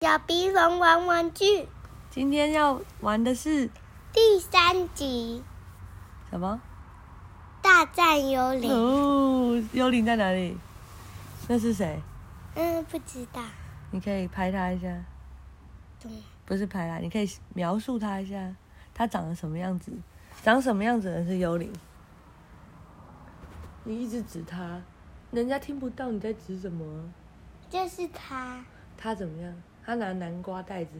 小鼻龙玩玩具今天要玩的是第三集什么？大战幽灵。哦，幽灵在哪里？那是谁？嗯，不知道。你可以拍他一下，怎么不是拍他，你可以描述他一下，他长得什么样子？长什么样子的是幽灵？你一直指他，人家听不到你在指什么啊、就是他，他怎么样？他拿南瓜袋子，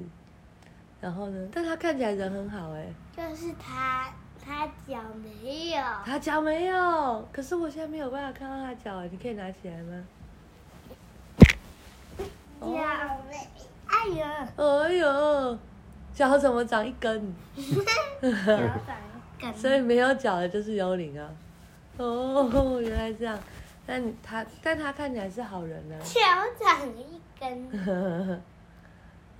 然后呢？但他看起来人很好哎、就是他，他脚没有，他脚没有，可是我现在没有办法看到他脚，欸你可以拿起来吗？脚没。哎呀，哎呦，脚怎么长一根？脚长梗。所以没有脚的就是幽灵啊。哦，原来这样。但你他，但他看起来是好人啊。脚长一根，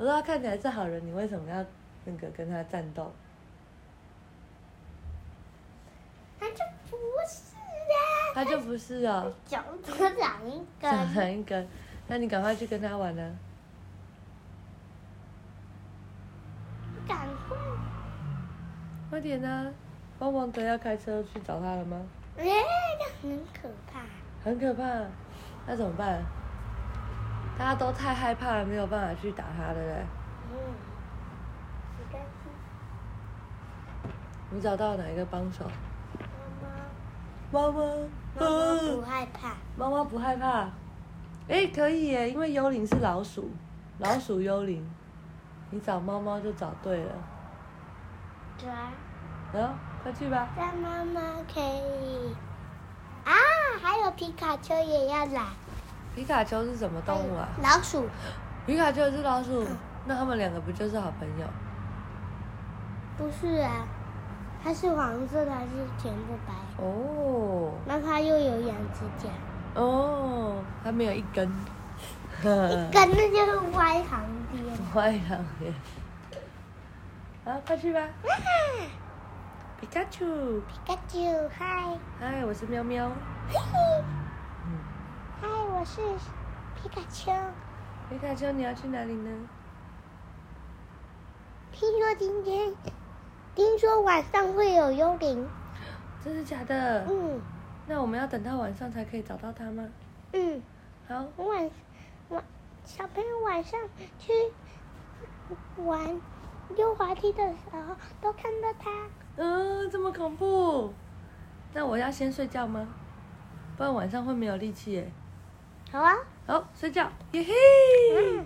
我说他看起来是好人，你为什么要那个跟他战斗？他就不是啊，哎他就不是哦，脚只长一脚根。长一根。那你赶快去跟他玩啊。赶快，快点啊！汪汪德要开车去找他了吗？哎、很可怕。很可怕，那怎么办？大家都太害怕了，没有办法去打他，对不对？嗯，你看你找到哪一个帮手？妈猫妈，猫，妈妈不嗯害怕。猫猫不害怕。哎，可以耶，因为幽灵是老鼠，老鼠幽灵，你找猫猫就找对了。抓，然后快去吧。抓妈妈可以。啊，还有皮卡丘也要来。皮卡丘是什么动物啊？老鼠，皮卡丘是老鼠，那他们两个不就是好朋友？不是啊，它是黄色的，还是全部白？哦那它又有两只脚，哦，它没有一根。嗯一根那就是歪旁边。 坏了耶！好，快去吧。哇，皮卡丘，皮卡丘， 嗨，嗨，我是喵喵。嘿嘿，嗯，嗨，我是皮卡丘。皮卡丘，你要去哪里呢？听说今天，听说晚上会有幽灵。真的假的？嗯那我们要等到晚上才可以找到它吗？嗯，好，晚晚小朋友晚上去玩溜滑梯的时候，都看到它。嗯，这么恐怖。那我要先睡觉吗？不然晚上会没有力气耶。好啊，好，睡觉，耶嘿。嗯，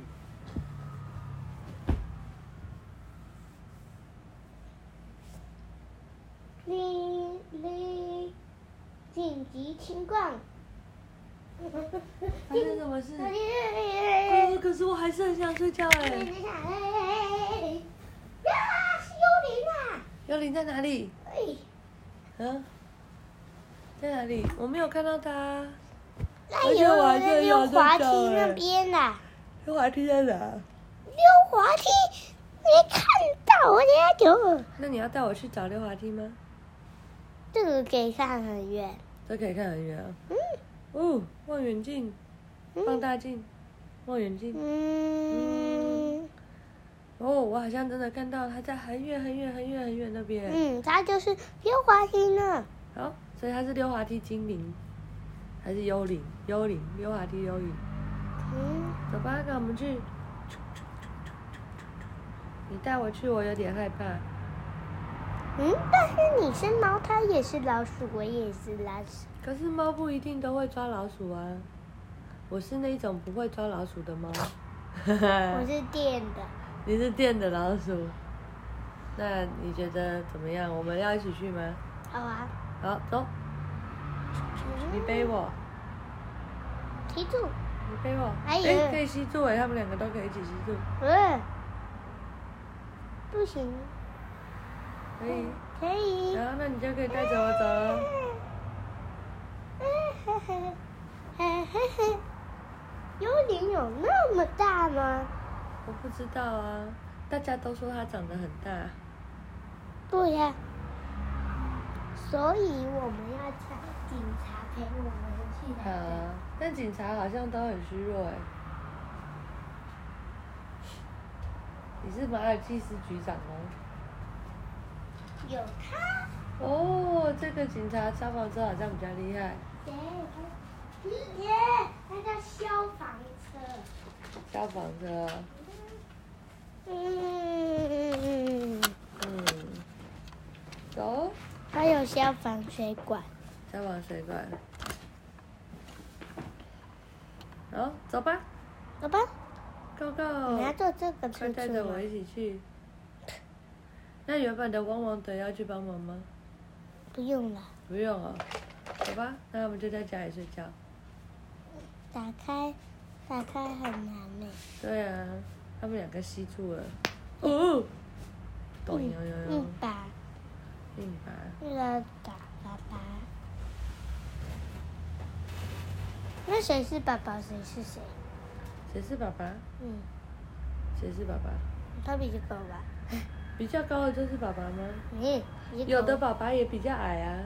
哩哩，紧急情况。 发生什么事？哎哦，可是我还是很想睡觉哎。呀，是幽灵啊！幽灵在哪里？哎，嗯，在哪里？我没有看到它。那有人在溜滑梯那边呐、溜滑梯在哪？溜滑梯没看到，我家有。那你要带我去找溜滑梯吗？这个可以看很远。这可以看很远啊。嗯哦，望远镜，放大镜，望远镜。嗯哦，我好像真的看到它在很远很远很远很远那边。嗯，它就是溜滑梯呢。好、所以它是溜滑梯精灵，还是幽灵？幽灵，溜滑梯幽灵。嗯，走吧，那我们去。你带我去，我有点害怕。嗯，但是你是猫，它也是老鼠，我也是老鼠。可是猫不一定都会抓老鼠啊。我是那种不会抓老鼠的猫。我是电的，你是电的老鼠，那你觉得怎么样？我们要一起去吗？好啊。好，走，你背我，提住，你背我。哎呀诶可以吸住哎，他们两个都可以一起吸住，嗯，不行，可以。可以。然后那你就可以带着我走了。幽灵有那么大吗？我不知道啊，大家都说它长得很大，不呀，所以我们要请警察陪我们去哪？好啊，但警察好像都很虚弱哎。你是马尔济斯局长吗？有他，哦，这个警察消防车好像比较厉害。对，耶，那叫消防车。消防车，嗯，嗯，走，还有消防水管。消防水管。好，走吧走吧， ，Go 你要 Go，做这个哦快车带子着吗我？一起去。那原本的汪汪队要去帮忙吗？不用了，不用哦，好吧，那我们就在家里睡觉。打开，打开很难呢。对啊，他们两个吸住了。哦，咚嗯呦呦呦嗯，，把硬拔。了打爸爸。那谁是爸爸，谁是谁？谁是爸爸？嗯，谁是爸爸？他比这个吧。比较高的就是爸爸吗？嗯，比这个嗯有的爸爸也比较矮啊。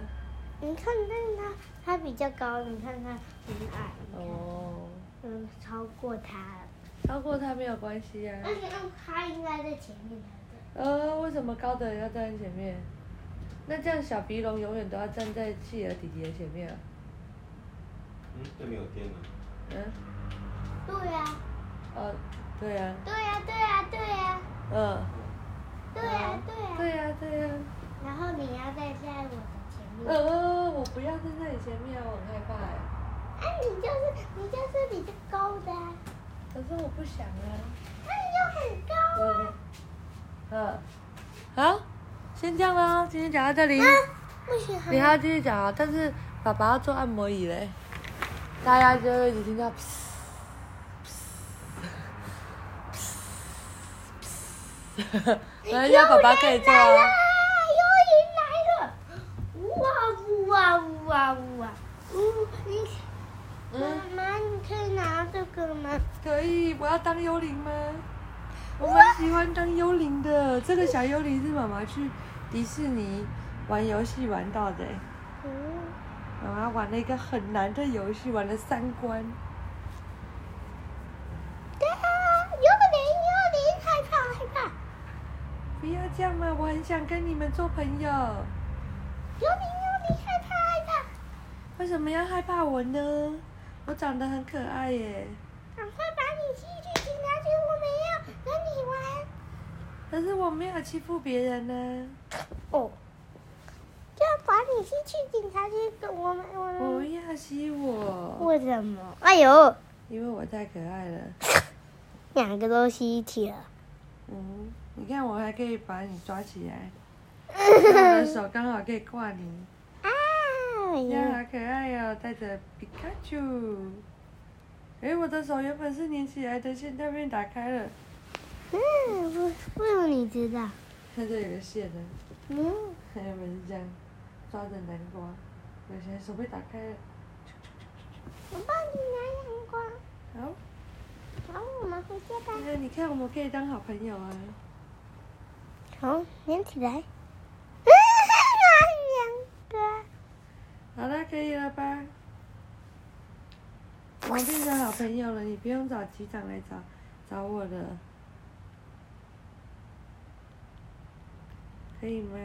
你看，但是他他比较高，你看他很矮，哦，嗯，超过他了。超过他没有关系啊。而且他应该在前面才呃，为什么高的人要站在前面？那这样小鼻龙永远都要站在企鹅弟弟的前面啊？嗯，这没有电了。嗯，对。对呀、哦，对呀、对呀、对呀、对呀、啊，嗯，对呀、对呀、哦对呀、对呀、然后你要站在我的前面。呃，我不要站在你前面啊，我很害怕哎、啊，你就是你就是比较高的啊，可是我不想啊。那、你又很高啊。我，嗯，好，先这样啦，今天讲到这里。啊不行，嗯你还要继续讲啊，但是爸爸要做按摩椅嘞，大家就会一直听到噗噗噗噗，然后哎要爸爸可以做来了，啊。幽灵来了！哇哇哇哇！呜，你嗯，妈妈，你可以拿这个吗？可以，我要当幽灵吗？我蛮喜欢当幽灵的，这个小幽灵是妈妈去迪士尼玩游戏玩到的欸、嗯，妈妈玩了一个很难的游戏，玩了三关。对啊，幽灵幽灵，害怕害怕！不要这样嘛，我很想跟你们做朋友。幽灵幽灵，害怕害怕！为什么要害怕我呢？我长得很可爱耶，赶快把你寄去警察局，我们要跟你玩。可是我没有欺负别人呢、哦，要把你寄去警察局，跟我们我我们。要吸我，为什么？哎呦，因为我太可爱了。两个都吸一起了。嗯，你看我还可以把你抓起来，我的手刚好可以挂你，啊！你看好可爱哟、带着皮卡丘。诶，我的手原本是粘起来的，现在被打开了，嗯，不，为什么你知道？看这有个线呢。嗯，他原本是这样抓着南瓜，有些手被打开了。我帮你拿阳光，好，然后我们回家吧。那哎你看我们可以当好朋友啊。好，粘起来。啊拿阳好啦，可以了吧？我们变成好朋友了，你不用找局长来找找我了，可以吗？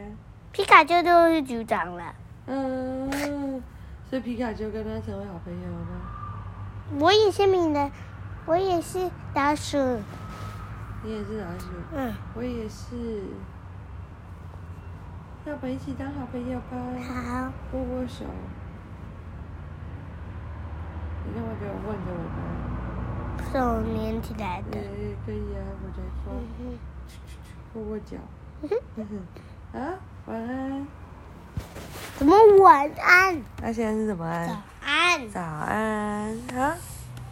皮卡丘都是局长了，嗯，所以皮卡丘跟他成为好朋友了吗？我也是米兰，我也是老鼠。你也是老鼠，嗯，我也是。那我们一起当好朋友吧。好，握握手。你干嘛给我问着我吗？手粘起来的哎、。可以啊，我在说嗯握握脚。哼啊，晚安。怎么晚安？那现在是什么安？安。早安。啊，